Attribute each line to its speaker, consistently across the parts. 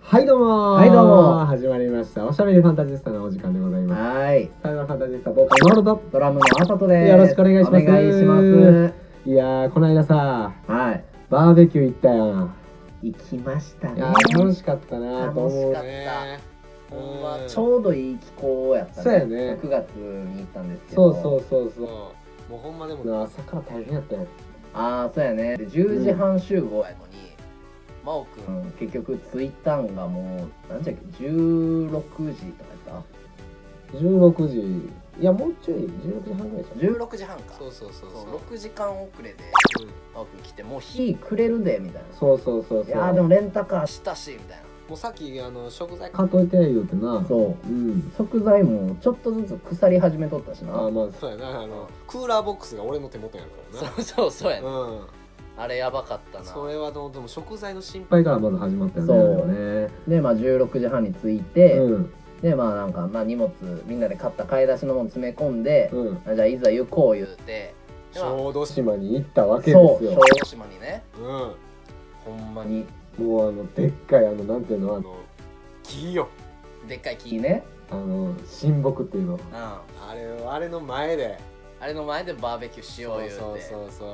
Speaker 1: はいどうも
Speaker 2: はいどうも
Speaker 1: 始まりましたおしゃべりファンタジスタのお時間でございます
Speaker 2: はい。
Speaker 1: 台湾ファンタジスタボーカルのロド
Speaker 2: ドラムのあさとです。
Speaker 1: よろしくお願いします
Speaker 2: お願いします
Speaker 1: いやーこの間さ
Speaker 2: は
Speaker 1: バーベキュー行ったよ
Speaker 2: い。行きました
Speaker 1: い
Speaker 2: ね
Speaker 1: や。ー楽しかったなと思う
Speaker 2: 楽しか
Speaker 1: ね
Speaker 2: ほんま
Speaker 1: うん
Speaker 2: ちょうどいい気候やった
Speaker 1: そうやね
Speaker 2: 9月に行ったんですけ
Speaker 1: そ
Speaker 2: ど。
Speaker 1: うそうそうそう
Speaker 3: そうもうほんまでも
Speaker 1: 朝から大変やったよ
Speaker 2: ああ、そうやね。で10時半集合やのに、
Speaker 3: 真央く
Speaker 2: うんん結局着いたんがもう、なんじゃっけ、16時とかやっ
Speaker 1: 16時いやもうちょい16時半ぐらいで
Speaker 2: た
Speaker 1: し
Speaker 2: ?16 時半か。
Speaker 3: そうそうそう
Speaker 2: そう
Speaker 3: そう
Speaker 2: 6時間遅れで、
Speaker 3: うん
Speaker 2: マー君来て、もう火くれるで、みたいな
Speaker 1: ょ。そうそうそうそう
Speaker 2: いやーでもレンタカーしたし、みたい
Speaker 3: もうさっきあの食材
Speaker 1: 買っといて言うてな
Speaker 2: な。そう。
Speaker 1: うん
Speaker 2: 食材もちょっとずつ腐り始めとったし
Speaker 1: あ
Speaker 2: な
Speaker 1: ーまあ
Speaker 3: そうやなあのクーラーボックスが俺の手元やからな
Speaker 4: そうそうそうやね、
Speaker 3: うん
Speaker 4: あれやばかったな
Speaker 3: それはどうでも食材の心
Speaker 1: いっ
Speaker 3: 配
Speaker 1: ぱいからまず始まったよね
Speaker 2: そ
Speaker 1: あ
Speaker 2: う
Speaker 1: れはね
Speaker 2: でまあ16時半に着いて、
Speaker 1: うん
Speaker 2: でまあなんか、まあ、荷物みんなで買った買い出しのもの詰め込んで、
Speaker 1: うん
Speaker 2: あじゃあいざ行こう言う
Speaker 4: で
Speaker 3: 小豆島
Speaker 1: 島に行ったわけで
Speaker 2: そう
Speaker 1: す
Speaker 2: 小
Speaker 1: よ
Speaker 2: 豆
Speaker 4: 大島にね
Speaker 3: うん
Speaker 4: ほんま
Speaker 2: 島
Speaker 4: に
Speaker 2: に
Speaker 1: もうあのでっかいあのなんていうの
Speaker 3: あ
Speaker 1: あの
Speaker 3: の木よ
Speaker 4: でっかい木
Speaker 2: 木ね
Speaker 1: あの親睦っていうの
Speaker 4: うん、あ
Speaker 3: あれあれの前で
Speaker 4: れの前でバーベキューしよう
Speaker 3: そ
Speaker 4: 言
Speaker 3: う
Speaker 4: うて
Speaker 3: そうそうそ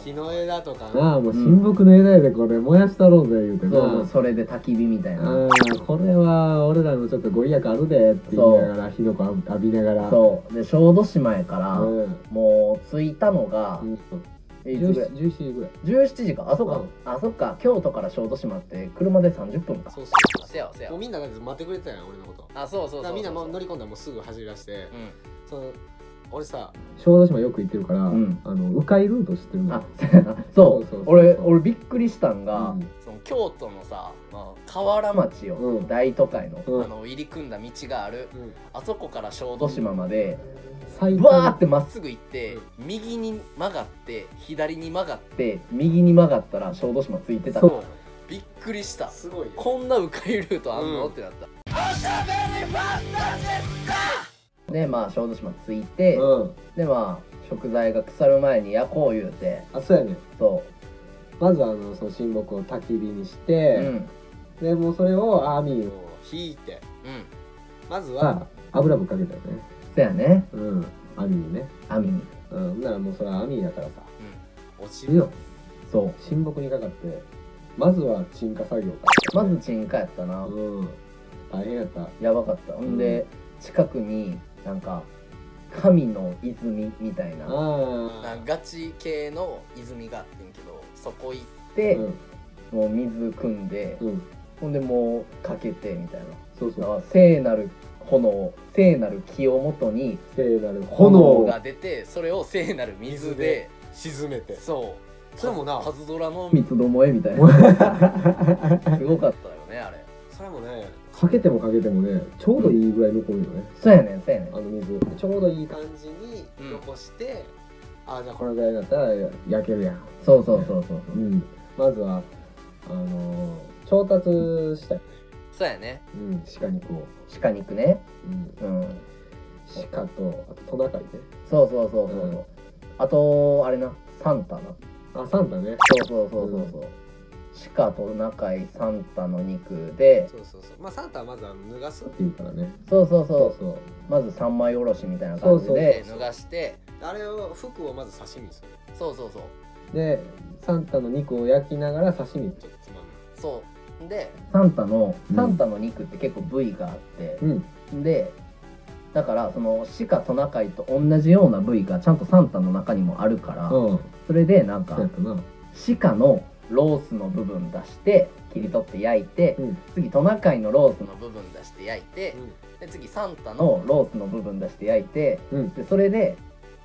Speaker 3: う木の枝とか
Speaker 1: なあもう親睦の枝やでこれ燃やしたろうぜ言うてな
Speaker 2: そうそれで焚き火みたいな
Speaker 1: あーこれは俺らもちょっとご利益あるでって言いながら火の粉浴びながら
Speaker 2: そうで小豆島やから、
Speaker 1: うん
Speaker 2: もう着いたのが、
Speaker 1: うん
Speaker 2: えいつぐらい
Speaker 1: 17時ぐらい
Speaker 2: 17時かあそっか、
Speaker 1: うん
Speaker 2: あそっか京都から小豆島って車で30分か
Speaker 3: そうそうそう
Speaker 4: せやわせや
Speaker 3: もう
Speaker 4: わ
Speaker 3: みんなだって待ってくれてたやん俺のこと
Speaker 4: あそう
Speaker 3: だか
Speaker 4: そうそ
Speaker 3: ら
Speaker 4: う
Speaker 3: みんなもう乗
Speaker 4: り
Speaker 3: り込んだらもうすぐ走り出して
Speaker 4: うん
Speaker 3: その俺さ
Speaker 1: 小豆島よく行ってるから、
Speaker 2: うん
Speaker 1: あの迂回ルート知ってるの
Speaker 2: あ そうやなそう
Speaker 1: そうそうそう
Speaker 2: 俺俺びっくりしたんが、
Speaker 1: う
Speaker 4: その京都のさ、まあ、河原
Speaker 2: 田
Speaker 4: 町、
Speaker 2: 町よ、
Speaker 1: うん
Speaker 2: 大都会の
Speaker 1: んう
Speaker 4: あ
Speaker 1: ん、
Speaker 4: の入り組んだ道がある
Speaker 3: うん
Speaker 4: あそこから小
Speaker 2: 小
Speaker 4: 豆
Speaker 2: 豆
Speaker 4: 島
Speaker 2: 島
Speaker 4: ま
Speaker 2: まで
Speaker 1: 最
Speaker 2: ブワーっ
Speaker 1: 短
Speaker 2: てまっすぐ
Speaker 4: っすぐ行って
Speaker 3: うん
Speaker 4: 右に曲がって左に曲がって
Speaker 2: って右に曲がったら小豆島ついてた
Speaker 1: そう
Speaker 4: びっくりした
Speaker 3: すごいよ
Speaker 4: こんな迂回ルートあんの、
Speaker 3: うん
Speaker 4: ってなった
Speaker 2: でまあ小豆島ついて、
Speaker 1: うん
Speaker 2: でまあ食材が腐る前に焼こう言うて
Speaker 1: あそうやね
Speaker 2: そ
Speaker 1: まずあのその親睦を焚き火にし
Speaker 2: う、
Speaker 1: て、
Speaker 2: うん、
Speaker 1: でもうそれをアーミーを
Speaker 3: 引いて
Speaker 4: うん
Speaker 3: まずは
Speaker 1: さ油ぶっかけたよね
Speaker 2: そやね
Speaker 1: うん網にね
Speaker 2: 網に
Speaker 1: うんほんならもうそれは網やからさ
Speaker 3: 落ち
Speaker 1: いい
Speaker 3: る
Speaker 1: よ
Speaker 2: そう
Speaker 1: 親睦にかかってまずは沈下作業か
Speaker 2: まず沈下やったな、
Speaker 1: うん大変やった
Speaker 2: やばかったほんで近くになんか神の泉みたいなのあっ
Speaker 1: あ
Speaker 4: なんかガチ系の泉があってんけどそこ行って
Speaker 1: あ
Speaker 2: て、
Speaker 1: うん
Speaker 2: もう水汲んで、
Speaker 1: うん
Speaker 2: ほんでもうかけてみたい
Speaker 1: そうそう
Speaker 2: な聖なる炎聖なる気をもとに
Speaker 1: 聖なる炎
Speaker 2: 炎
Speaker 1: を
Speaker 4: が出てそれを聖なる水で
Speaker 3: 沈めて
Speaker 4: そう
Speaker 3: それもな
Speaker 4: パズドラの
Speaker 2: 三つどもえみたい なすごかった
Speaker 4: だよねあれ
Speaker 3: それもね
Speaker 1: かけてもかけてもねちょうどいいぐらい残るよね
Speaker 2: そうやねんそうやねん
Speaker 1: あの水ちょうどいい
Speaker 3: いい
Speaker 1: 感
Speaker 3: 感じに残して、あじゃあ
Speaker 1: じ
Speaker 3: こ
Speaker 1: こ
Speaker 3: れ
Speaker 1: のぐらいだったら焼けるやん
Speaker 2: そうそうそうそう
Speaker 1: う、んまずはあのー調達したい、
Speaker 4: そうやね
Speaker 1: うん、鹿肉を、
Speaker 2: 鹿肉ね
Speaker 1: うん、
Speaker 2: うん
Speaker 1: 鹿とあとトナカイね
Speaker 2: そうそうそうそう、
Speaker 1: うん
Speaker 2: あとあれなサンタな
Speaker 1: あサンタね
Speaker 2: そうそうそうそうそう、鹿と仲いいサンタの肉で
Speaker 3: そうそうそうまあサンタはまずあの脱がす
Speaker 1: っていうからね
Speaker 2: そうそうそう
Speaker 1: そうそう
Speaker 2: まず三枚おろしみたいな感じで
Speaker 4: で脱がして
Speaker 3: あれを服をまず刺身にする
Speaker 4: そうそうそう
Speaker 1: でサンタの肉を焼きながら刺身
Speaker 3: ちょっとつまむ
Speaker 4: そうで
Speaker 2: サンタの
Speaker 1: うん
Speaker 2: サンタの肉って結構部位があって、
Speaker 1: うん
Speaker 2: でだからその鹿トナカイと同じような部位がちゃんとサンタの中にもあるから、
Speaker 1: うん
Speaker 2: それでなん
Speaker 1: そうや
Speaker 2: か
Speaker 1: ったな
Speaker 2: 鹿のロースの部分出して切り取って焼いて、
Speaker 1: うん
Speaker 2: 次トナカイのロースの
Speaker 4: の部分出して焼いて
Speaker 3: うん
Speaker 4: で次サンタの
Speaker 2: のロースの部分出して焼いて
Speaker 1: うん
Speaker 2: でそれで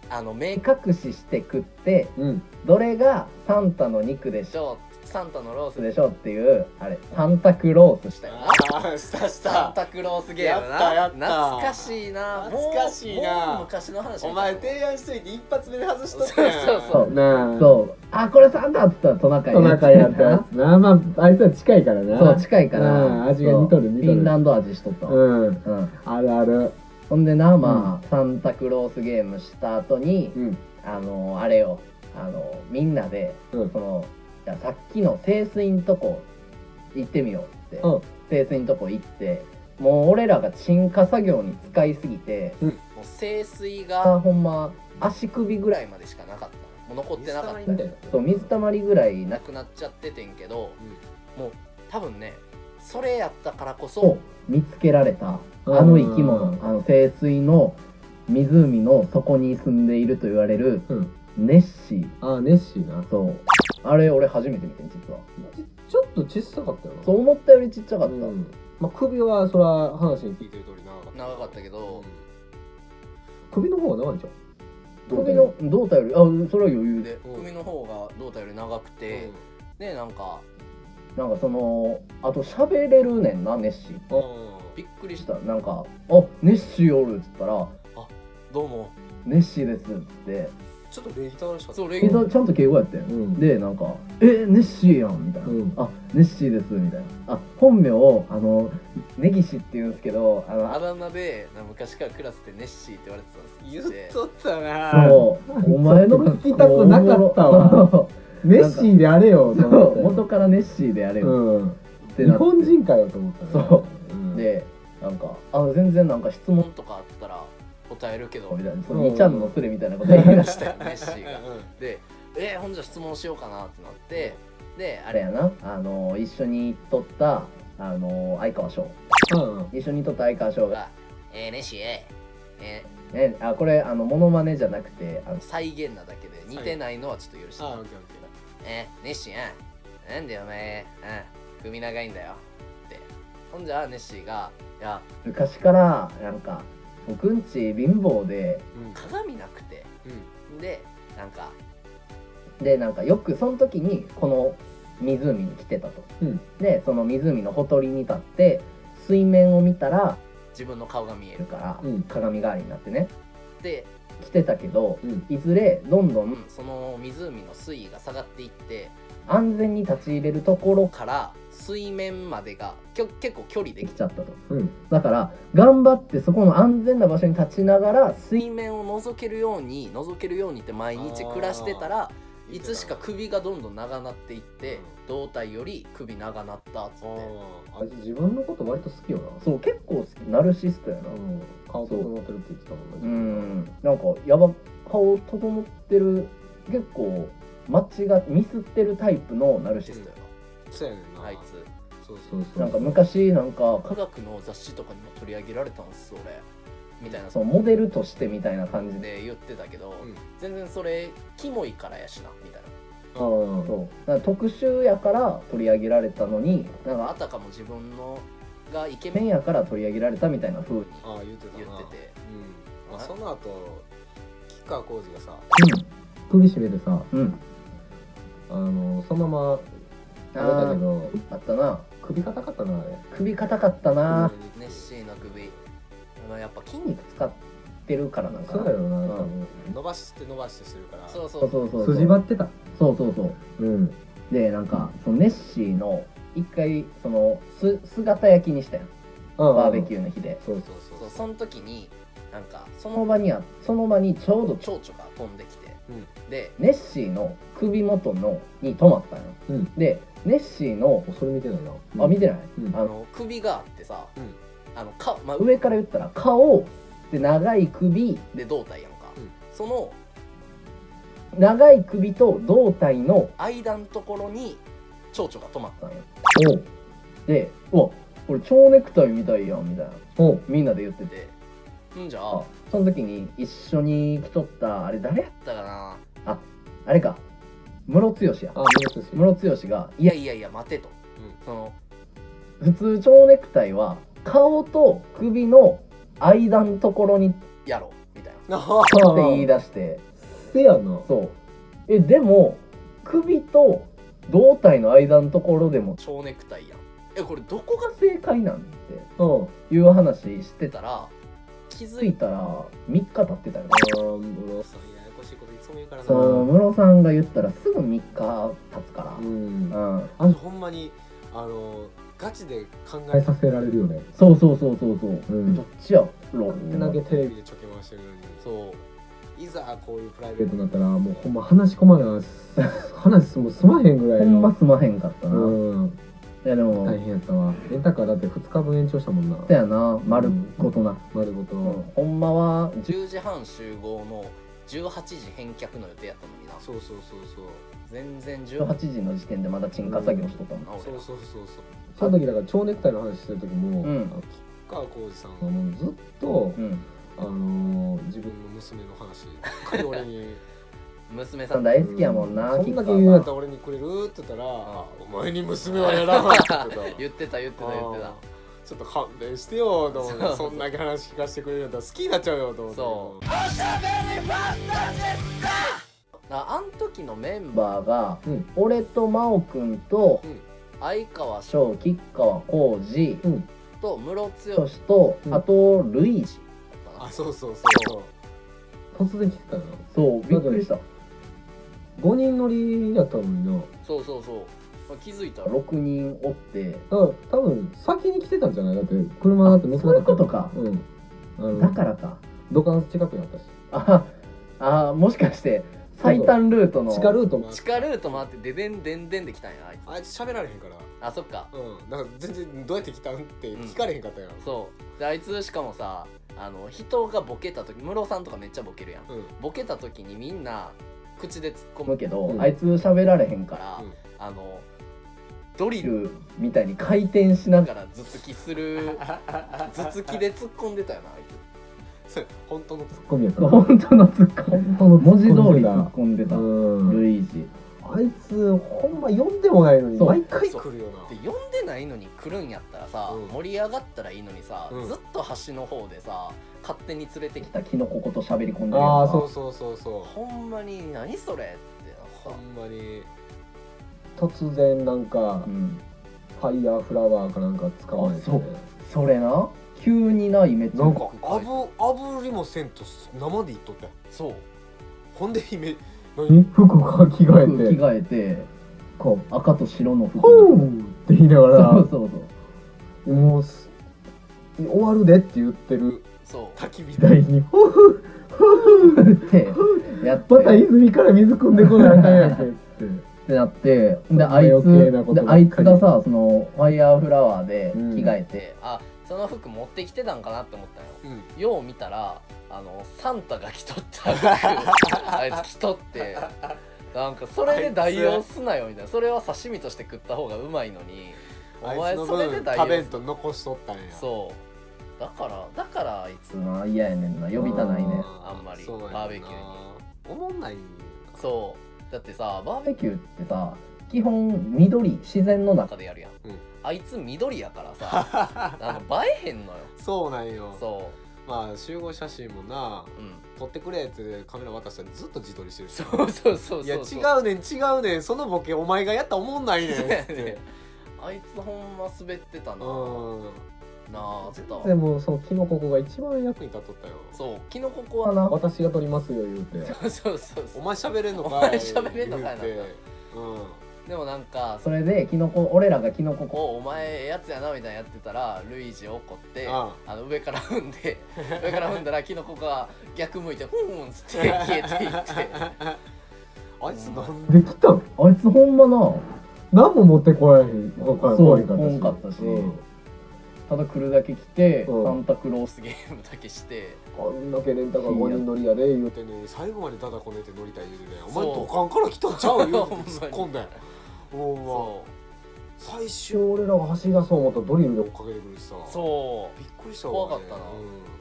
Speaker 4: あのメ
Speaker 2: 目
Speaker 4: イク
Speaker 2: 隠しして食って
Speaker 1: うん
Speaker 2: どれがサンタの肉でし
Speaker 4: シ
Speaker 2: ょ
Speaker 4: ョーサンタのロース
Speaker 2: でしょっていうあれサンタクロース
Speaker 4: したよな
Speaker 3: あーしたし
Speaker 4: サン
Speaker 3: た
Speaker 4: タクロースゲーム
Speaker 3: や
Speaker 4: な
Speaker 3: ったやった
Speaker 4: 懐かしいな
Speaker 3: 懐かしいな
Speaker 4: もうもう昔の話
Speaker 3: お前提案しといて一発目で外しとった
Speaker 4: そうそう
Speaker 2: そう
Speaker 1: なあ
Speaker 2: そうあこれサンタっつったらトナカイ
Speaker 1: トナカイやったななあまああいつは近いからな
Speaker 2: そう近いか
Speaker 1: うん
Speaker 2: ら
Speaker 1: 味が
Speaker 2: そう
Speaker 1: 似とる似とる
Speaker 2: フィンランド味しとったわ、
Speaker 1: うん
Speaker 2: うん
Speaker 1: あるある
Speaker 2: ほんでなまあ、サンタクロースゲームした後に、
Speaker 1: うん
Speaker 2: あのあれよあのみんなで
Speaker 1: うん
Speaker 2: そのじゃあさっきの清水んとこ行ってみようって
Speaker 1: うん
Speaker 2: 清水のとこ行ってもう俺らが沈下作業に使いすぎて
Speaker 4: もう清水
Speaker 2: あ
Speaker 4: が
Speaker 2: ほんま足首ぐ
Speaker 4: ぐ
Speaker 2: ら
Speaker 4: ら
Speaker 2: い
Speaker 4: いまでしかなかったもう残ってなかった
Speaker 1: みたいな
Speaker 2: そう水たまりぐらい
Speaker 4: な
Speaker 2: な
Speaker 4: くなっちゃっててんけど、もう多分ねそれやったからこそ
Speaker 2: を見つけられたあの生き
Speaker 1: う
Speaker 2: 物
Speaker 1: ん
Speaker 2: あの清水の湖の底に住んでいると言われる
Speaker 1: うん
Speaker 2: ネッシー
Speaker 1: ああネッシーな
Speaker 2: そうあれ俺初めて見てん実は
Speaker 1: ちちょっと小さかったよな
Speaker 2: そう思ったよりちっちゃかった、
Speaker 1: うんまあ、首はそら話に聞い
Speaker 3: 聞いてる通り長かった
Speaker 4: 長かったけど、
Speaker 1: 首の方が長いんちゃう
Speaker 2: 首の胴体よりあそれは余裕で
Speaker 4: で海の方が胴体より長くて、でなんか
Speaker 2: なんかそのあと喋れるねんなネッシー
Speaker 4: びっくりし
Speaker 2: した
Speaker 4: た
Speaker 2: なんか「あネッシーおる」っつったら
Speaker 4: 「どうも
Speaker 2: 「ネッシーです」っつって
Speaker 3: ちょっと礼儀正しかった
Speaker 4: そうレ
Speaker 2: み
Speaker 4: イ
Speaker 2: んなちゃんと敬語やってん、
Speaker 1: うん
Speaker 2: でなんか「えネッシーやん」みたいな「
Speaker 1: うん
Speaker 2: あネッシーです」みたいな「あ本名をあの根岸って言うんですけどあの
Speaker 4: あだ名でなんか昔からクラスでネッシーって言われてたんで
Speaker 3: 言っ
Speaker 4: す
Speaker 3: とったな
Speaker 2: そうお前の
Speaker 1: 聞きたくなかったわ
Speaker 2: そう
Speaker 1: ネッシーであれよと
Speaker 2: そう
Speaker 1: 思
Speaker 2: 元
Speaker 1: っ
Speaker 2: からネッシーでやれ
Speaker 1: て
Speaker 2: よ
Speaker 1: うん
Speaker 2: って
Speaker 1: 日
Speaker 2: なって、
Speaker 1: 本人かよと思ったね
Speaker 2: そ
Speaker 1: うん
Speaker 2: でなんかあ全然なんか質問
Speaker 4: 本とかあったら答えるけど
Speaker 2: み
Speaker 4: ネ
Speaker 2: たいなそ
Speaker 1: うん
Speaker 2: の2ちゃんのスレみたいなこと言い出して
Speaker 4: ッシーがで「えー、ほんじゃ質問しようかな」ってなってであ
Speaker 2: あれ
Speaker 4: れ
Speaker 2: やなあの一緒に撮ったあの相川翔
Speaker 1: うんうん
Speaker 2: 一緒に撮った相川翔が
Speaker 4: が「えー、ネッシーえーえ
Speaker 2: ね、あこれあのモノマネじゃなくてあの
Speaker 4: ー再現なだけで似てないのはちょっと許して、
Speaker 3: あオッケーオッ
Speaker 4: えー、ネッシーうんなんでお前うん首長いんだよってほんじゃネッシーが「いや
Speaker 2: 昔からなんか僕んち貧乏で
Speaker 3: ケ
Speaker 4: 鏡なくて
Speaker 3: ーうん
Speaker 4: でなんか
Speaker 2: でなんかよくその時にこの湖に来てたと、
Speaker 1: うん
Speaker 2: でその湖のほとりに立って水面を見たら
Speaker 4: 自分の顔が見え
Speaker 2: いる
Speaker 4: る
Speaker 2: から、
Speaker 1: うん
Speaker 2: 鏡代わりになってね
Speaker 4: で、
Speaker 2: 来てたけど
Speaker 1: うん
Speaker 2: いずれどんど
Speaker 4: うんん、その湖の水位が下がっていって
Speaker 2: 安全に立ち入れるところ
Speaker 4: から水面までがきょ結構距離で
Speaker 2: で
Speaker 4: き
Speaker 2: き
Speaker 4: ちゃ
Speaker 2: ちゃったと
Speaker 1: うん
Speaker 2: だから頑張ってそこの安全な場所に立ちながら
Speaker 4: う
Speaker 2: 水
Speaker 4: 水面を覗けるように覗けるようにって毎日暮らしてたらいつしか首がどんどん長なっていって
Speaker 3: うん
Speaker 4: 胴体より首長なったっ
Speaker 3: あ
Speaker 4: つって
Speaker 3: ー
Speaker 1: あ自分のこと割と好きよな
Speaker 2: そう結構好きナルシストやな
Speaker 1: うん顔整ってるって言ってたもんね
Speaker 2: うんなんかやば顔整ってる結構間違っミスってるタイプのナルシ
Speaker 4: シ
Speaker 2: ス
Speaker 4: ス
Speaker 2: ト
Speaker 4: トよ
Speaker 3: そうやねんな
Speaker 4: あいつ
Speaker 3: そうそ
Speaker 1: そううそう
Speaker 2: なんか昔なんか
Speaker 4: 科学の雑誌とかにも取り上げられたんです俺みたいな
Speaker 2: そのモデルとしてみたいな感じで
Speaker 4: で言ってたけど、
Speaker 3: うん
Speaker 4: 全然それキモいからやしなみたいな
Speaker 1: あー
Speaker 2: そうなんか特集やから取り上げられたのになん
Speaker 4: あ
Speaker 2: か
Speaker 4: たかも自分のがイケ
Speaker 2: イケ
Speaker 4: メ
Speaker 2: メ
Speaker 4: ン
Speaker 2: ン
Speaker 4: や
Speaker 2: やから取り上げられたみたいな風に、
Speaker 3: ああ言ってた
Speaker 4: 言
Speaker 3: な
Speaker 4: ってて
Speaker 3: うんまあその後吉川晃司がさ
Speaker 1: 首絞めてさ
Speaker 2: うんうん
Speaker 1: あのそのままあれだけど
Speaker 2: あったな
Speaker 1: 首硬かったなあれ
Speaker 2: 首硬かったな
Speaker 4: ネッシーの首あのやっぱ筋
Speaker 2: 筋
Speaker 4: 肉
Speaker 2: 肉使ってるからなんか
Speaker 1: そ
Speaker 2: な
Speaker 1: うだよな多
Speaker 3: 伸ばして伸ばしてしてるから
Speaker 4: そうそ
Speaker 2: そう
Speaker 4: う
Speaker 2: そうそう
Speaker 1: 分
Speaker 2: そう
Speaker 1: 筋張ってた
Speaker 2: そうそうそう
Speaker 1: うん
Speaker 2: でなんかそのネッシーの一回そのす姿焼きにしたやんバーベキ
Speaker 1: ュー
Speaker 2: ューの日で
Speaker 1: そう
Speaker 3: そうそう
Speaker 4: そうその時になんかそ
Speaker 2: その
Speaker 4: の
Speaker 2: 場にあその場にちょうど
Speaker 4: 蝶々が飛んできて、
Speaker 3: う
Speaker 4: で
Speaker 2: ネッシーの首元のに止まったのよ、
Speaker 1: うん
Speaker 2: でネッシーの
Speaker 1: それ見てないな
Speaker 2: あ見てない、
Speaker 1: うん
Speaker 2: あ
Speaker 4: あ
Speaker 2: の
Speaker 4: の首があってさ、
Speaker 3: うん
Speaker 4: あのか、まあ、上
Speaker 2: 上から言ったら顔で長い首
Speaker 4: で胴体やんか、
Speaker 3: うん
Speaker 4: その
Speaker 2: 長い首と胴体の
Speaker 4: 間のところに蝶々が止まっ
Speaker 2: あので「うわこれ蝶ネクタイみたいやん」みたいな
Speaker 1: おう
Speaker 2: みんなで言ってて
Speaker 4: ててんじゃあ
Speaker 2: あその時に一緒に来とったあれ誰や
Speaker 4: だから
Speaker 2: あれかムロツヨシや
Speaker 1: あ見て
Speaker 2: ムロツヨシが「い
Speaker 4: い
Speaker 2: や
Speaker 4: やいやいや待てと、
Speaker 3: う
Speaker 4: その
Speaker 2: 普通蝶ネクタイは顔と首の間のところに」って
Speaker 4: やろうみたい な
Speaker 3: あ
Speaker 1: た
Speaker 3: ー
Speaker 2: 言い出して
Speaker 1: せやな
Speaker 2: そうえでも首と胴体の間のところでも
Speaker 4: 蝶ネクタイやんえこれど
Speaker 2: こ
Speaker 4: こ
Speaker 2: こ
Speaker 4: が
Speaker 2: が正解なんて
Speaker 1: うん
Speaker 2: いう話して
Speaker 4: 出
Speaker 2: た
Speaker 4: たら気づ
Speaker 2: つい
Speaker 4: い
Speaker 2: たら3日経ってたよね
Speaker 1: あーもう
Speaker 3: そうややこしいこといつも言うからな
Speaker 2: そうムロさんが言ったらすぐ3日経つか
Speaker 1: うん
Speaker 2: らうん
Speaker 3: ほんまにあのガチで考
Speaker 1: 考
Speaker 3: え
Speaker 1: えさせられるよね
Speaker 2: そうそうそうそうそう、
Speaker 1: うん
Speaker 2: どっちやろってな
Speaker 1: 投げテレ
Speaker 3: テレ
Speaker 1: ビ
Speaker 3: ビでちょけ回してるのに
Speaker 4: そう
Speaker 3: いざこういうプライベ
Speaker 1: でと
Speaker 3: ートな
Speaker 1: なったらもう ほんま話し込まな話もうすまへんぐら
Speaker 2: ほ
Speaker 1: い
Speaker 2: ん
Speaker 1: の
Speaker 2: ますまへんかったな、
Speaker 1: うん
Speaker 2: いやでも、
Speaker 1: 大変やったわレンタカーだって2日分延長したもんな
Speaker 2: そうやな丸ごとな、
Speaker 1: 丸ごと、
Speaker 2: うんほんまは
Speaker 4: 10時半集合の18時返却の予定やったのにな
Speaker 3: そうそうそうそ
Speaker 4: 全然18
Speaker 2: 18時の時点でまだ沈下作業しとったもん
Speaker 4: な
Speaker 3: う
Speaker 4: 俺
Speaker 3: そう
Speaker 4: ら
Speaker 3: そうそうそう
Speaker 1: その時だから蝶ネクタイの話してる時も、
Speaker 2: うん
Speaker 3: 吉川浩司さん
Speaker 1: あ
Speaker 3: が
Speaker 1: のずっと、
Speaker 2: うん
Speaker 1: あのー自
Speaker 3: 自
Speaker 1: 分
Speaker 3: 分の娘の話くれ 俺に
Speaker 4: 娘さ
Speaker 2: さん
Speaker 4: んだ
Speaker 2: 大好きやもんな、
Speaker 1: うん
Speaker 2: キッカ
Speaker 1: そんだけ言う
Speaker 2: ー
Speaker 1: や
Speaker 3: だっ
Speaker 1: つ
Speaker 3: たら俺にくれるって言ったら
Speaker 4: あ
Speaker 3: 「お前に娘はやらん」って言って
Speaker 4: 言ってた言って
Speaker 3: た
Speaker 4: た言ってた
Speaker 3: ちょっと勘弁してよと思って
Speaker 4: そう
Speaker 3: そんだけ話聞かせてくれるんだったら好きになっちゃうよと思って
Speaker 4: そうなあん時のメン
Speaker 2: メン
Speaker 4: バー
Speaker 2: バーが、
Speaker 1: うん
Speaker 2: 俺と真央くんと
Speaker 4: 相川翔
Speaker 2: 翔吉川浩二
Speaker 4: とムロツヨ
Speaker 2: そ
Speaker 4: シ
Speaker 2: しと、
Speaker 1: うん
Speaker 2: あとルイージ
Speaker 4: だった
Speaker 3: あ
Speaker 4: な
Speaker 3: そうそうそうそう
Speaker 1: 突然来てたの
Speaker 2: そうびっくりした
Speaker 1: 5人乗りやったのにな
Speaker 4: そうそうそう気づいたら
Speaker 2: 6人おって
Speaker 1: だから多分先に来てたんじゃないだって車だって乗ってなかった
Speaker 2: あそ
Speaker 1: うんあの
Speaker 2: だからか
Speaker 1: ドカンス近くにあったし
Speaker 2: ああもしかして最短ルートの
Speaker 1: 地下ルートも
Speaker 4: 地下ルート回ってででんでんでんできたんやあいつ
Speaker 3: あいつ喋られへんから
Speaker 4: あそっか
Speaker 3: うんなんか全然どうやって来たんって聞かれへんかったやん
Speaker 4: そうであいつしかもさあの人がボケた時ムロさんとかめっちゃボケるやん
Speaker 3: うん
Speaker 4: ボケた時にみんな口で突っ込
Speaker 2: む
Speaker 4: む
Speaker 2: けど、
Speaker 1: うん
Speaker 2: あいつ喋られへんか
Speaker 4: からら、
Speaker 3: うん
Speaker 4: あのドリ
Speaker 2: い
Speaker 4: ル
Speaker 2: るみたいに回転しなが
Speaker 4: だからら頭突き する頭突きで突っ込んでたよなあいつ
Speaker 3: それ本当の
Speaker 1: ツッコミやから
Speaker 2: 本当のツッコミ
Speaker 1: 本当の
Speaker 2: 文字通り突
Speaker 1: だ
Speaker 2: っ込んでた、
Speaker 1: うん
Speaker 2: ルイージ
Speaker 1: あいつほんま呼んでもないのに
Speaker 2: そう
Speaker 1: 毎回
Speaker 3: 来るよな
Speaker 4: で呼んでないのに来るんやったらさ、
Speaker 3: うん
Speaker 4: 盛り上がったらいいのにさ、
Speaker 3: うん
Speaker 4: ずっと端の方でさ勝手に連れてきた
Speaker 2: キノコこと喋り込んでるやん
Speaker 1: あー
Speaker 2: か
Speaker 3: そうそうそうそう
Speaker 4: ほんまに何それって
Speaker 3: ほんまに
Speaker 1: 突然なんか
Speaker 2: うん、
Speaker 1: ファイヤーフラワーかなんか使わない
Speaker 2: あそれな急になイメ
Speaker 1: なん
Speaker 2: ー
Speaker 1: か
Speaker 3: あぶあぶりもせんと生で言っとったやん
Speaker 4: そう
Speaker 3: ほんで姫
Speaker 1: え服が着
Speaker 2: 服
Speaker 1: 替え
Speaker 2: 着
Speaker 1: て
Speaker 2: 替えて
Speaker 1: こ
Speaker 2: 赤と白の
Speaker 1: う
Speaker 2: 服
Speaker 1: ホーンって言いなが
Speaker 2: そう
Speaker 1: ら
Speaker 2: そうそう
Speaker 1: もうす終わるでって言ってる
Speaker 4: そう
Speaker 3: 焚き火
Speaker 1: 時代 にホーフ
Speaker 2: ってやって
Speaker 1: また泉から水汲んでこなあかんやんけって
Speaker 2: ってなってであい
Speaker 1: 余計なこ
Speaker 2: つで
Speaker 1: とばっか
Speaker 2: あ
Speaker 1: り
Speaker 2: いつがさそのファイヤーフラワーで着替えて、
Speaker 4: であその服持ってきてたんかなって思ったよ
Speaker 3: うん
Speaker 4: よう見たらあのサンタが着とった 服あいつ着とってなんかそれで代用すなよみたいなそれは刺身として食った方がうまいのにお
Speaker 3: あい
Speaker 4: 前
Speaker 3: つの
Speaker 4: それで
Speaker 3: 分
Speaker 4: 代
Speaker 3: 食べ
Speaker 4: 用
Speaker 3: ん
Speaker 4: す
Speaker 3: と残しとったんや
Speaker 4: そうだからだからあいつ
Speaker 2: な嫌やねんな呼びたないね
Speaker 4: あんまり
Speaker 3: そうやんな
Speaker 4: バーベキュー
Speaker 3: おもんないんか
Speaker 4: そうだってさバー
Speaker 2: バー
Speaker 4: ベ
Speaker 2: ベキューってさ基本緑自然の
Speaker 4: キューの
Speaker 2: 中
Speaker 4: 中でやるやん、
Speaker 3: うん
Speaker 4: あいつ緑やから さなんか映えへんのよ
Speaker 3: そうなんよ
Speaker 4: そ
Speaker 3: まあ集合写真もな
Speaker 4: う、うん、
Speaker 3: 撮ってくれってカメラ渡したらずっと自撮りしてるし
Speaker 4: そうそうそうそう
Speaker 3: い
Speaker 4: い
Speaker 3: や違うねん違うねんそのボケお前がやったらおもんないねん
Speaker 4: そうや
Speaker 3: っ
Speaker 4: ね
Speaker 3: て
Speaker 4: あいつほんま滑ってた
Speaker 3: う
Speaker 4: ななんあちょっと
Speaker 1: でもそのキノコ子が一番役
Speaker 3: 役に立っとったよ
Speaker 4: そうキノココは
Speaker 2: かな
Speaker 1: 私が取りますよ言うて
Speaker 4: そう そうそう
Speaker 3: お前喋れんのかい
Speaker 4: お前喋れんのかいな
Speaker 3: 言うてうん
Speaker 4: でもなんか
Speaker 2: それでキノコ俺らがキノコこ
Speaker 4: こうお前ええやつやなみたいなやってたらルイージ怒ってあ
Speaker 3: あ
Speaker 4: の上から踏 んで上から踏んだらキノコが逆向いてふんふんっつって 消えて いって
Speaker 3: あいつなんで
Speaker 1: できたん
Speaker 2: あいつほんまな
Speaker 1: 何も持ってこらへんこ
Speaker 2: そう
Speaker 1: 来へ
Speaker 2: 来んかったし
Speaker 1: うん
Speaker 2: ただ来るだけ来て
Speaker 1: うん
Speaker 2: サンタクロー
Speaker 4: ロ
Speaker 2: ス
Speaker 4: スゲームだけして
Speaker 1: あんだけレンタカー5人乗りやで言うて
Speaker 3: 言うてね最後までダダこねて乗りたい言うてねお
Speaker 4: そう
Speaker 3: 前土管から来たんちゃうよ
Speaker 4: ほんまに
Speaker 3: 突っ込んだよお前
Speaker 4: そ
Speaker 3: 最
Speaker 1: 一
Speaker 3: 終
Speaker 1: 応俺らが走り出そう思ったらドリルで
Speaker 3: 追っかけてくるしさ
Speaker 4: うそ
Speaker 3: びっくりしたわ
Speaker 4: 怖かったな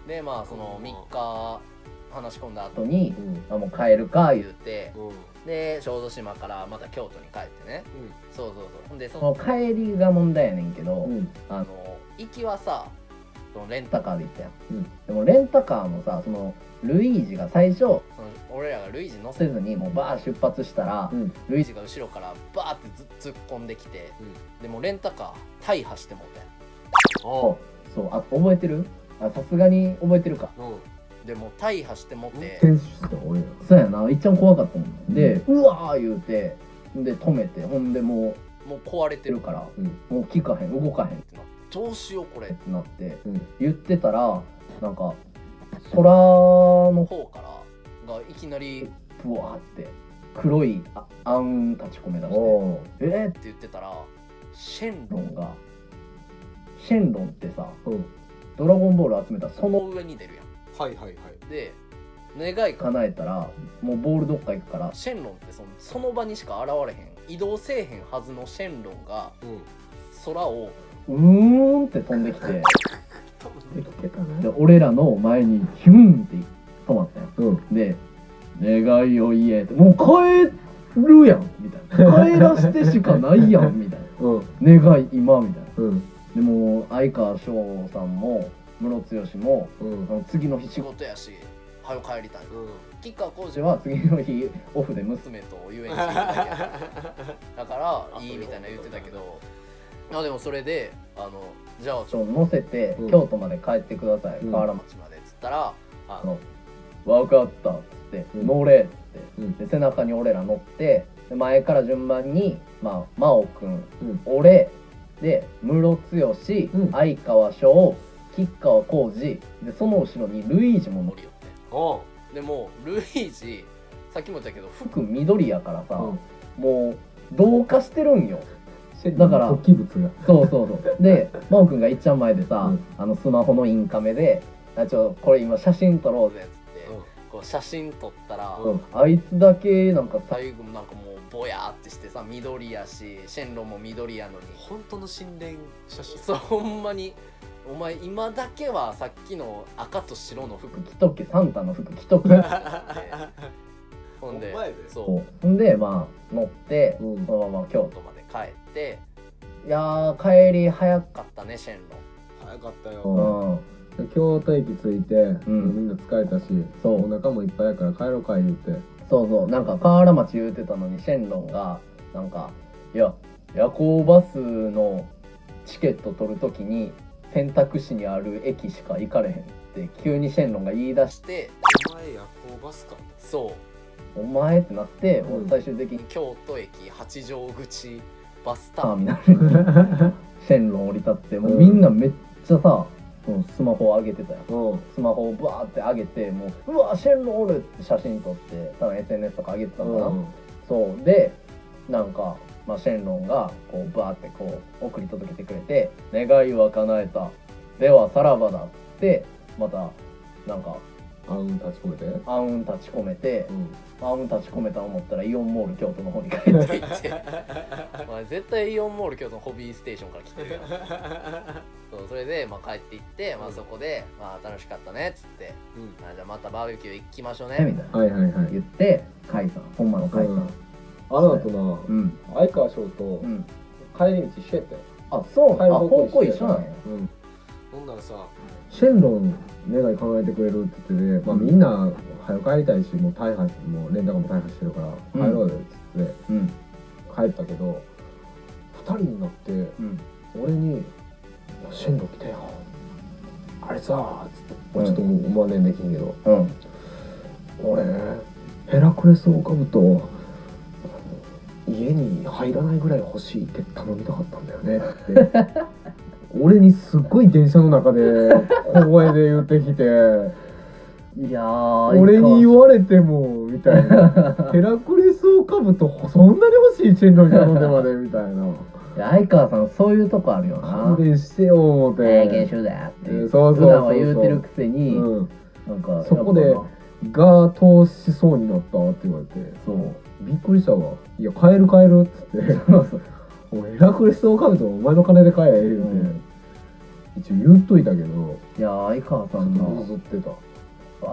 Speaker 4: うでまあその3日話し込んだ後
Speaker 2: 後に
Speaker 1: うん
Speaker 2: あもう帰るか言
Speaker 4: 言
Speaker 2: う
Speaker 4: うて
Speaker 3: うんうん
Speaker 4: で小豆島からまた京都に帰ってねそうそうそうほんでそ
Speaker 2: その
Speaker 4: の
Speaker 2: 帰りが問題やねんけど、
Speaker 1: うん
Speaker 2: あ
Speaker 4: あ
Speaker 2: の
Speaker 4: の行きはさそのレン
Speaker 2: レンタ
Speaker 4: タカー
Speaker 2: カーで行ったやん、
Speaker 1: うん
Speaker 2: でもレンタカーもさそのルイージが最初
Speaker 4: その俺らがルイージ乗せ
Speaker 2: せずにもうバー出発したら、
Speaker 1: うん
Speaker 4: ルイージが後ろからバーってず突っ込んできて、
Speaker 3: う
Speaker 4: でもレンタカー大破してもう
Speaker 3: あ
Speaker 2: そうそうあ覚えてるあさすがに覚えてるか
Speaker 3: あうん
Speaker 4: てでもう大破してもうて
Speaker 1: 運転手してた俺ら
Speaker 2: そうやないっちゃん怖かったも
Speaker 1: うん
Speaker 2: んでうわー言うてで止めてほんでもう
Speaker 4: もう壊れて
Speaker 2: 出る
Speaker 4: る
Speaker 2: か
Speaker 4: か
Speaker 2: ら
Speaker 4: っ
Speaker 2: ら
Speaker 1: うん
Speaker 2: もう聞かへん動かへんって
Speaker 4: なってどうしようこれ
Speaker 2: てなって
Speaker 1: うん
Speaker 2: 言ってたらなんか空の
Speaker 4: 方からがいきなりって
Speaker 2: ブワーって黒いあ暗雲立ち込めだして
Speaker 1: おー
Speaker 2: えー、
Speaker 4: 言ってたらシェンロ
Speaker 2: ロ
Speaker 4: ン
Speaker 2: ンがシェンロンってさ
Speaker 1: うん
Speaker 2: ドラゴンボール集めたらその
Speaker 4: の上に出るやん
Speaker 3: はいはいはい
Speaker 4: で願いか
Speaker 2: 叶えたらもうボールどっか行くから
Speaker 4: シェンロンってそのその場にしか現れへん移動せえへんはずのシェンロンが
Speaker 3: うん
Speaker 4: 空を
Speaker 2: うーんって飛んで きて
Speaker 1: できてた
Speaker 2: で
Speaker 1: な
Speaker 2: 俺らの前にヒュンって止まったよ
Speaker 1: うん
Speaker 2: で「願いを言え」って「もう帰るやん」みたいな「帰らしてしかないやん」み たいな
Speaker 1: うん
Speaker 2: 「願い今」みたいな
Speaker 1: うん
Speaker 2: でもう相川翔さんもムロツヨシも
Speaker 1: うん
Speaker 2: あの次の日仕
Speaker 4: 仕
Speaker 2: 事
Speaker 4: 事やし早く帰りたい
Speaker 3: うん
Speaker 4: 吉川浩司は
Speaker 2: は次の日オフで娘
Speaker 4: 娘と遊園地行くだけやだからいいみたいな言ってたけどあでもそれであのじゃあちょっ
Speaker 2: を乗せて、
Speaker 1: うん
Speaker 2: 京都まで帰ってください、
Speaker 1: うん
Speaker 2: 河
Speaker 4: と
Speaker 2: 原
Speaker 4: 町までっつったらあの
Speaker 2: 町分かったっつって、
Speaker 1: うん
Speaker 2: 乗れっつっ
Speaker 1: う
Speaker 2: て
Speaker 1: ん
Speaker 2: で背中に俺ら乗ってで前から順番に、まあ、真央君、
Speaker 1: うん
Speaker 2: 俺でムロツヨシ
Speaker 1: うん
Speaker 2: 相川翔吉川浩司でその後ろにルイージも乗
Speaker 4: 乗
Speaker 2: り
Speaker 4: り寄って
Speaker 3: おう
Speaker 4: でもルイージさっきも言ったけど服
Speaker 2: 服緑やからさ、
Speaker 1: うん
Speaker 2: もう同化してる んよ
Speaker 1: シェンロ
Speaker 2: だ
Speaker 1: ン
Speaker 2: から
Speaker 1: 突起物が
Speaker 2: そうそうそうで真央君がいっちゃん前でさ、
Speaker 1: うん
Speaker 2: あのスマホのインカメで「あちょこれ今写真撮ろう
Speaker 4: の
Speaker 2: ぜ
Speaker 4: やつってこう写真撮ったら
Speaker 3: うん」
Speaker 2: あいつだけなんかさ
Speaker 4: 最後もなんかもうぼやーってしてさ緑やしシェンロンも緑やのに
Speaker 3: 本当の心霊写真
Speaker 4: そうほんまにお前今だけはさっきの赤と白の服着
Speaker 2: 着とけサンタの服着とけ
Speaker 4: てたってほん
Speaker 3: ほ
Speaker 4: で
Speaker 3: んまやで
Speaker 4: そう
Speaker 2: ほんでまあ乗って、
Speaker 1: うん
Speaker 2: そのまま
Speaker 4: 京
Speaker 2: 京
Speaker 4: 都まで帰って
Speaker 2: 都いやー帰り早く
Speaker 4: 買ったねシェンロン
Speaker 3: 早かった
Speaker 1: う
Speaker 2: う
Speaker 3: よ
Speaker 2: ん
Speaker 1: 京都駅着いて、
Speaker 2: ん
Speaker 1: みんな疲れたし
Speaker 2: そう
Speaker 1: お腹もいっぱいやから帰ろうか言う て
Speaker 2: そうそうなんか河原町言うてたのにシェンロンがなんか「いや夜行バスのチケット取るときに選択肢にある駅しか行かれへん」って急にシェンロンが言い出し
Speaker 4: して
Speaker 3: お前夜行バスか
Speaker 4: そ
Speaker 2: 「お前」ってなって、
Speaker 1: うん
Speaker 2: 俺最終的
Speaker 4: う
Speaker 2: に
Speaker 4: 京都駅八丈口バスタ
Speaker 2: タ
Speaker 4: ー
Speaker 2: ー
Speaker 4: ミ
Speaker 2: ミナル にシェンロン降り立ってもうみんなめっちゃさ、そのスマホを上げてたよ
Speaker 1: うん
Speaker 2: スマホをバーって上げてもう「うわシェンロンおる!」って写真撮って多分 SNS とか上げてたのかな、そうでなんか、まあ、シェンロンがこうバーってこう送り届けてくれて「願いは叶えたではさらばだ」ってまたなんか
Speaker 1: あうん立ち込めて
Speaker 2: 暗雲立ち込めて
Speaker 1: うん
Speaker 2: 暗雲立ち込めた思ったらイオンモール京都の方に帰って
Speaker 4: って言って お前絶対イオンモール京都のホビーステーションから来てるやんそうそれで、まあ、帰っていって、まあ、そこで、まあ、楽しかったねっつって
Speaker 3: うん
Speaker 4: あじゃあまたバーベキュー行きましょうね
Speaker 2: ね
Speaker 4: み
Speaker 2: み
Speaker 4: たい
Speaker 2: た
Speaker 4: ない
Speaker 2: な
Speaker 1: はいはいはい
Speaker 2: 言って解散本間の解
Speaker 1: うん
Speaker 2: 散
Speaker 1: あの後な
Speaker 2: うん
Speaker 1: 相川翔と
Speaker 2: うん、
Speaker 1: 帰り道一緒やったよ
Speaker 2: あそう
Speaker 1: 帰
Speaker 2: あ
Speaker 1: る
Speaker 2: 方向一緒
Speaker 1: や
Speaker 2: なんや
Speaker 1: うん
Speaker 3: ほんならさ
Speaker 1: シェンロン願い叶えてくれるって言っててまあみんな早く帰りたいしもう大破もうレンタカーも大破してるから
Speaker 2: うん
Speaker 1: 帰ろうよって言って
Speaker 2: うん
Speaker 1: 帰ったけど二人になって
Speaker 2: うん
Speaker 1: 俺に「シェンロン来たよあれさ」つってまあちょっともう思わねえんできんけど
Speaker 2: うん
Speaker 1: 俺ヘラクレスオオカブト家に入らないぐらい欲しいって頼みたかったんだよ ねって俺にすっごい電車の中で小声で言ってきて
Speaker 2: いやー
Speaker 1: 俺に言われてもみたい なヘラクレスオオカブトそんなに欲しいチェンドに頼んでまでみたいな
Speaker 2: いや相川さんそういうとこあるよな
Speaker 1: 勘弁してよ思って、
Speaker 2: ええ研修だよって
Speaker 1: えーそうそうそうそう
Speaker 2: 普段は言うてるくせに、
Speaker 1: うん、
Speaker 2: なんか
Speaker 1: そこで
Speaker 2: やっぱな
Speaker 1: が通しそうになったって言われて
Speaker 2: そう
Speaker 1: びっくりしたわいや帰る帰るっつって
Speaker 2: そうそう
Speaker 1: おいヘラクレスオオカブトお前の金で買え言うて、
Speaker 2: うん
Speaker 1: 一応言っといたけど
Speaker 2: いやー相川
Speaker 1: ち
Speaker 2: さ
Speaker 1: ょっ
Speaker 2: んな
Speaker 1: と譲ってた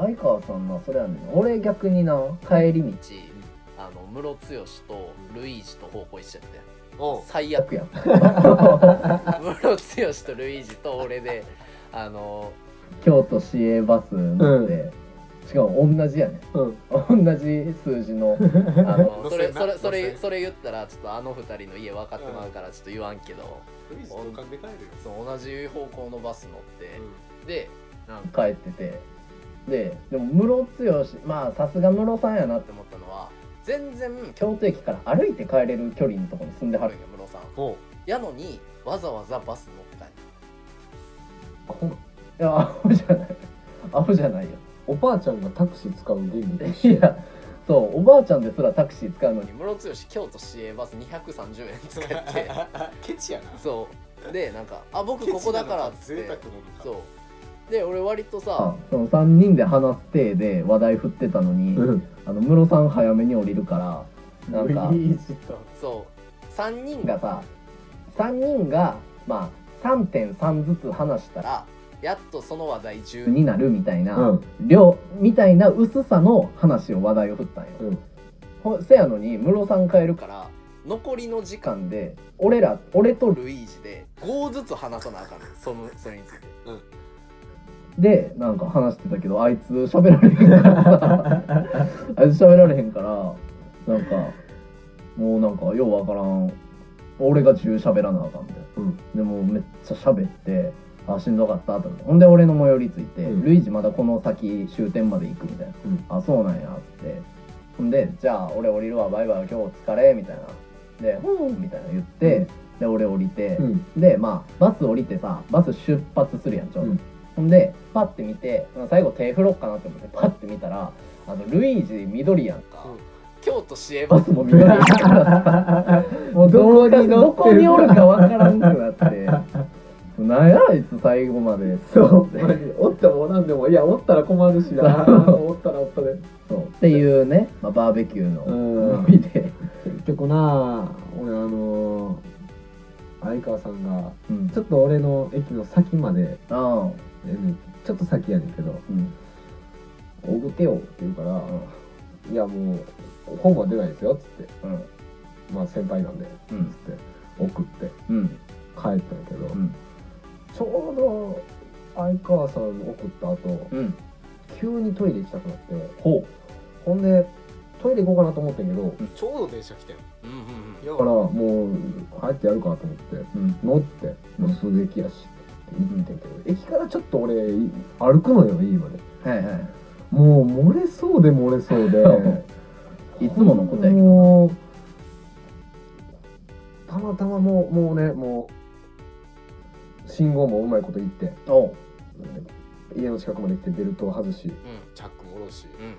Speaker 2: 相川さんなそれやねん俺逆にな帰り道
Speaker 4: あのムロツヨシとルイージと方向一緒やったよ
Speaker 3: おう
Speaker 4: 最悪
Speaker 2: 逆やん
Speaker 4: ムロツヨシとルイージと俺であの
Speaker 2: 京都市営バス乗って、しかも同じやねん
Speaker 1: う ん
Speaker 2: 同じ数字のあ
Speaker 4: あ
Speaker 2: の
Speaker 4: のそれ
Speaker 3: 路線な
Speaker 4: そ
Speaker 3: 路
Speaker 4: れそれ
Speaker 3: 線
Speaker 4: それ言ったらちょっとあの二人の家分かってまうからちょっと言わんけど、
Speaker 3: フリーズ同感で帰るよ
Speaker 4: そう同じ方向のバス乗って、でなんか
Speaker 2: 帰っててででもムロツヨシまあさすがムロさんやなっ
Speaker 4: ってて思ったのは全然
Speaker 2: 京都駅から歩いて帰れる距離のとこに住んでは
Speaker 4: あ
Speaker 2: る
Speaker 4: るんよムロさん
Speaker 3: おう
Speaker 4: やのにわざわざバス乗って帰った
Speaker 2: いやアホじゃないアホじゃないよ
Speaker 1: おばあちゃんがタクシー使うゲームと
Speaker 2: い
Speaker 1: 一緒や
Speaker 2: やそうおばあちゃんですらタクシー使うのに
Speaker 4: ムロツヨシ京都市営バス230円使 って
Speaker 3: ケチやな
Speaker 4: そうでなんか「あ僕ここだから」っつっ
Speaker 3: ケチな
Speaker 4: て
Speaker 3: のか贅沢なのか
Speaker 4: そうで俺割とさ
Speaker 2: その3人で話す体で話題振ってたのに、
Speaker 1: うん
Speaker 2: あのムロさん早めに降りるからなんか
Speaker 1: いいじった
Speaker 4: そう3人
Speaker 2: が
Speaker 4: が
Speaker 2: さ3人がまあ3.3ずつ話した
Speaker 4: た
Speaker 2: ら
Speaker 4: らやっとその話題10
Speaker 2: になるみたいな、
Speaker 1: うん
Speaker 2: 量みたいな薄さの話を話題を振ったんよ、
Speaker 1: うん
Speaker 2: ほせやのにムロさん変える
Speaker 4: る
Speaker 2: か
Speaker 4: から残りの時
Speaker 2: ら
Speaker 4: 間
Speaker 2: んで俺ら俺とル
Speaker 4: ルイージで5ずつ話さなあかんのそのそれについて
Speaker 2: でなんか話してたけどあいつ喋られへんから さあいつ喋られへんからなんかもうなんかようわからん俺が中喋らなあかんみたいな、
Speaker 1: うん
Speaker 2: でもうめっちゃ喋ってあしんどかったと思ってほんで俺の最寄りついて、
Speaker 1: うん
Speaker 2: ルイージまだこの先終点まで行くみたいな、
Speaker 1: うん
Speaker 2: あそうなんやってほんでじゃあ俺降りるわバイバイ今日お疲れみたいなで「うん」みたいな言って、
Speaker 1: うん
Speaker 2: で俺降りて、
Speaker 1: うん
Speaker 2: でまあバス降りてさバス出発するやんちょうど、
Speaker 1: うん
Speaker 2: ほんでパッて見て最後手振ろうかなって思ってパッて見たらあのルイージ緑やん
Speaker 4: か、
Speaker 3: うん
Speaker 4: 京都市営 バ
Speaker 2: バ
Speaker 4: ス
Speaker 2: ス も緑やんもうどこにどこにおるかわからんくなってなんやあいつ最後まで
Speaker 1: そうマジで おってもおらんでもいやおったら困るしなおったらおったで
Speaker 2: そうっていうね、まあ、バーベキューの
Speaker 1: うん
Speaker 2: 思い出、
Speaker 1: 結局な俺あの相川さんが
Speaker 2: うん
Speaker 1: ちょっと俺の駅の先まで、
Speaker 2: あ
Speaker 1: えーねちょっと先やねんけど
Speaker 2: ーうん
Speaker 1: 「おぐてよ」って言うから「いやもう本は出ないですよ」っつって
Speaker 2: うん
Speaker 1: 「まあ先輩なんで」っ
Speaker 2: う
Speaker 1: つっ
Speaker 2: ん
Speaker 1: て送って
Speaker 2: うん
Speaker 1: 帰ったんやけど、
Speaker 2: うん
Speaker 1: ちょうど相川さんの送った後
Speaker 2: うん
Speaker 1: 急にトイレ行きたくなって
Speaker 2: ほ
Speaker 1: ほんでトイレ行こうかなと思ってんけど
Speaker 3: ちょうど電車来てん
Speaker 4: うんうんうん
Speaker 1: だ
Speaker 3: よ
Speaker 1: からもう帰ってやるかと思って
Speaker 2: ううん
Speaker 1: 乗ってもうすぐ駅やしって言ってんけど、駅からちょっと俺歩くのよ家まで
Speaker 2: はいはい
Speaker 1: もう漏れそうで漏れそう で
Speaker 2: いつものことやけど
Speaker 1: もうたまたまもうもうねもう信号もうまいこと言って
Speaker 2: おう
Speaker 1: 家の近くまで来てベルトを外し
Speaker 3: チャックも下ろし
Speaker 4: うんうん
Speaker 3: も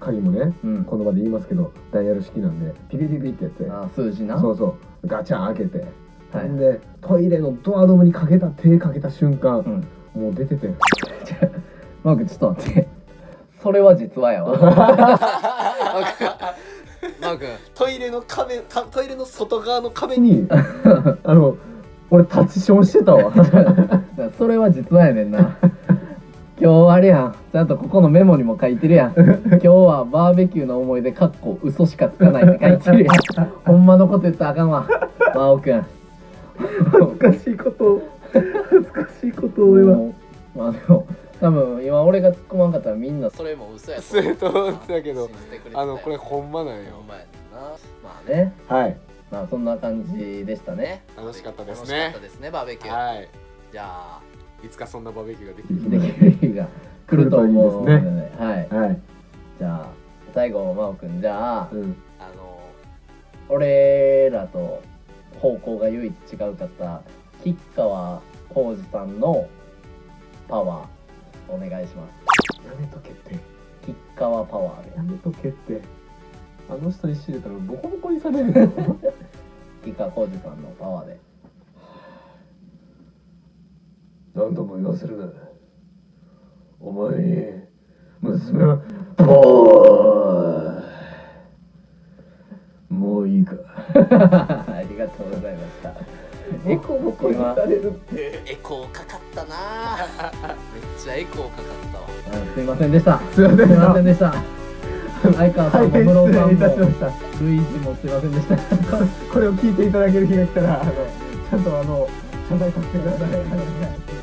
Speaker 1: 鍵もね
Speaker 2: うん
Speaker 1: この場で言いますけどダイヤル式なんでピピピピってやって
Speaker 2: あー数字な
Speaker 1: そうそうガチャン開けて、
Speaker 2: はい
Speaker 1: ほんでトイレのドアノブにかけた手かけた瞬間
Speaker 2: う、ん
Speaker 1: もう出ててん
Speaker 2: マークちょっと待って それは実はやわ
Speaker 4: マー君マー君
Speaker 3: うトイレの壁かトイレの外側の壁 に
Speaker 1: にあの俺タッチションしてたわ
Speaker 2: それは実はやねんな今日あれやんちゃんとここのメモにも書いてるやん今日はバーベキューの思い出かっこ嘘しかつかないって書いてるやんほんまのこと言ったらあかんわ真央くん
Speaker 1: 恥ずかしいことを恥ずかしいことを
Speaker 2: もうまあでも多分今俺が突っ込まんかったらみんなそ
Speaker 4: それも嘘や
Speaker 3: それと思ってたけど
Speaker 4: 信じてくれてたよ
Speaker 3: あのこれほんまなん
Speaker 4: ほ
Speaker 3: よ
Speaker 4: んまやねんなまあ
Speaker 2: う
Speaker 4: ね
Speaker 2: ね
Speaker 1: はい
Speaker 2: まあそんな感じでしたね
Speaker 3: 楽しかったです
Speaker 4: 楽しか
Speaker 3: ね
Speaker 4: ったですねバーベキュー
Speaker 3: はい
Speaker 4: じゃあ
Speaker 3: いつかそんなバーベキューができ
Speaker 1: う
Speaker 3: る
Speaker 1: ん
Speaker 2: できる日が来ると思うので、
Speaker 1: 来ると
Speaker 2: ね、はい
Speaker 1: はい、
Speaker 2: じゃあ最後真央くんじゃあ
Speaker 1: うん、
Speaker 4: あの
Speaker 2: 俺らと方向が唯一違うかった吉川浩司さんのパワーお願いします
Speaker 1: やめとけって
Speaker 2: 吉川パワーで
Speaker 1: やめとけってあの人に知れたらボコボコにされるよ
Speaker 2: 吉川浩司さんのパワーで
Speaker 1: 何度も言わせるなお前に娘はもうもういいか
Speaker 2: ありがとうございました
Speaker 1: ボコボコに
Speaker 2: 今
Speaker 1: されるって
Speaker 4: エコーかかっ たなめっちゃエコーかかったわ
Speaker 2: あすいませんでした
Speaker 1: すいません
Speaker 2: すいませんでした相川さんも
Speaker 1: 大変
Speaker 2: 室尾さん
Speaker 1: 失礼いたしま
Speaker 2: も
Speaker 1: した
Speaker 2: ルイージもすいませんでした
Speaker 1: ここれを聞いていただける日が来たらあのちゃんとあの謝罪させてください